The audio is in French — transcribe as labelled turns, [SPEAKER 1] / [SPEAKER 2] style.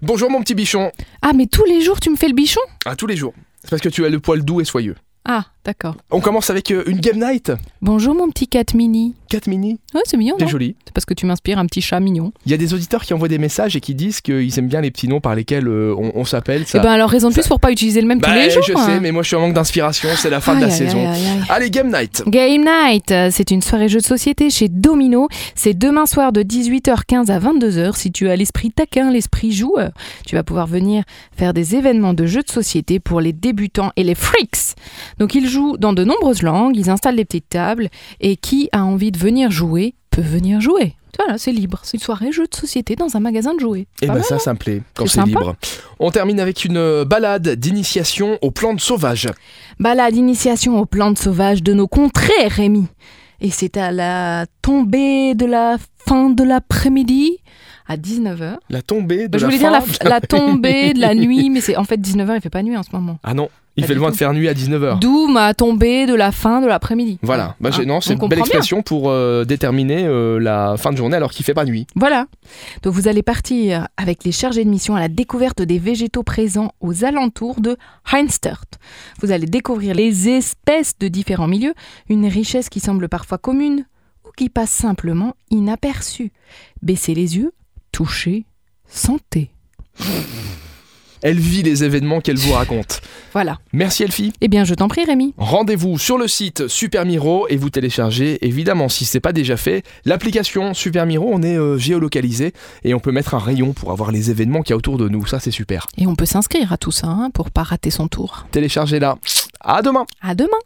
[SPEAKER 1] Bonjour mon petit bichon.
[SPEAKER 2] Ah, mais tous les jours, tu me fais le bichon
[SPEAKER 1] À tous les jours. C'est parce que tu as le poil doux et soyeux.
[SPEAKER 2] Ah, d'accord.
[SPEAKER 1] On commence avec euh, une game night.
[SPEAKER 2] Bonjour, mon petit cat mini.
[SPEAKER 1] 4 mini.
[SPEAKER 2] Ouais, c'est mignon,
[SPEAKER 1] C'est
[SPEAKER 2] non
[SPEAKER 1] joli.
[SPEAKER 2] C'est parce que tu m'inspires un petit chat mignon.
[SPEAKER 1] Il y a des auditeurs qui envoient des messages et qui disent qu'ils aiment bien les petits noms par lesquels euh, on, on s'appelle. Ça.
[SPEAKER 2] Eh ben, alors, raison de plus pour pas utiliser le même
[SPEAKER 1] Bah,
[SPEAKER 2] tous les jours. hein.
[SPEAKER 1] je sais, mais moi je suis en manque d'inspiration. C'est la fin de la
[SPEAKER 2] Aïe, aïe,
[SPEAKER 1] saison.
[SPEAKER 2] aïe, aïe, aïe.
[SPEAKER 1] Allez, game night.
[SPEAKER 2] Game Night, euh, c'est une soirée jeu de société chez Domino. C'est demain soir de 18h15 à 22h. Si tu as l'esprit taquin, l'esprit joueur, tu vas pouvoir venir faire des événements de jeux de société pour les débutants et les freaks. Donc ils jouent dans de nombreuses langues, ils installent des petites tables et qui a envie de venir jouer peut venir jouer. Voilà, c'est libre. C'est une soirée jeu de société dans un magasin de jouets.
[SPEAKER 1] Et bah
[SPEAKER 2] Pas mal. hein.
[SPEAKER 1] ça, ça me plaît quand
[SPEAKER 2] C'est
[SPEAKER 1] c'est
[SPEAKER 2] sympa.
[SPEAKER 1] libre. On termine avec une euh, balade d'initiation aux plantes sauvages.
[SPEAKER 2] Balade initiation aux plantes sauvages de nos contrées, Rémi. Et c'est à la tombée de la fin de l'après-midi, à 19h.
[SPEAKER 1] La tombée de
[SPEAKER 2] Bah, je
[SPEAKER 1] la
[SPEAKER 2] voulais
[SPEAKER 1] fin
[SPEAKER 2] dire la,
[SPEAKER 1] de-
[SPEAKER 2] la tombée de la nuit, mais c'est en fait 19h, il fait pas nuit en ce moment.
[SPEAKER 1] Ah non, il
[SPEAKER 2] Pas
[SPEAKER 1] fait
[SPEAKER 2] du
[SPEAKER 1] loin de
[SPEAKER 2] tout.
[SPEAKER 1] faire nuit à 19h.
[SPEAKER 2] D'où ma tombée de la fin de l'après-midi.
[SPEAKER 1] Ah. Voilà, bah, j'ai-
[SPEAKER 2] Ah,
[SPEAKER 1] non, c'est
[SPEAKER 2] on
[SPEAKER 1] une
[SPEAKER 2] comprend
[SPEAKER 1] belle
[SPEAKER 2] bien.
[SPEAKER 1] expression pour euh, déterminer euh, la fin de journée alors qu'il fait pas nuit.
[SPEAKER 2] Voilà. Donc vous allez partir avec les chargés de mission à la découverte des végétaux présents aux alentours de Heinstert. Vous allez découvrir les espèces de différents milieux, une richesse qui semble parfois commune ou qui passe simplement inaperçue. Baissez les yeux, touchez, sentez.
[SPEAKER 1] Elle vit les événements qu'elle vous raconte.
[SPEAKER 2] Voilà.
[SPEAKER 1] Merci Elfie.
[SPEAKER 2] Eh bien, je t'en prie, Rémi.
[SPEAKER 1] Rendez-vous sur le site Super Miro et vous téléchargez évidemment si c'est pas déjà fait l'application Super Miro. On est euh, géolocalisé et on peut mettre un rayon pour avoir les événements qu'il y a autour de nous. Ça c'est super.
[SPEAKER 2] Et on peut s'inscrire à tout ça hein, pour pas rater son tour.
[SPEAKER 1] Téléchargez-la. À demain.
[SPEAKER 2] À demain.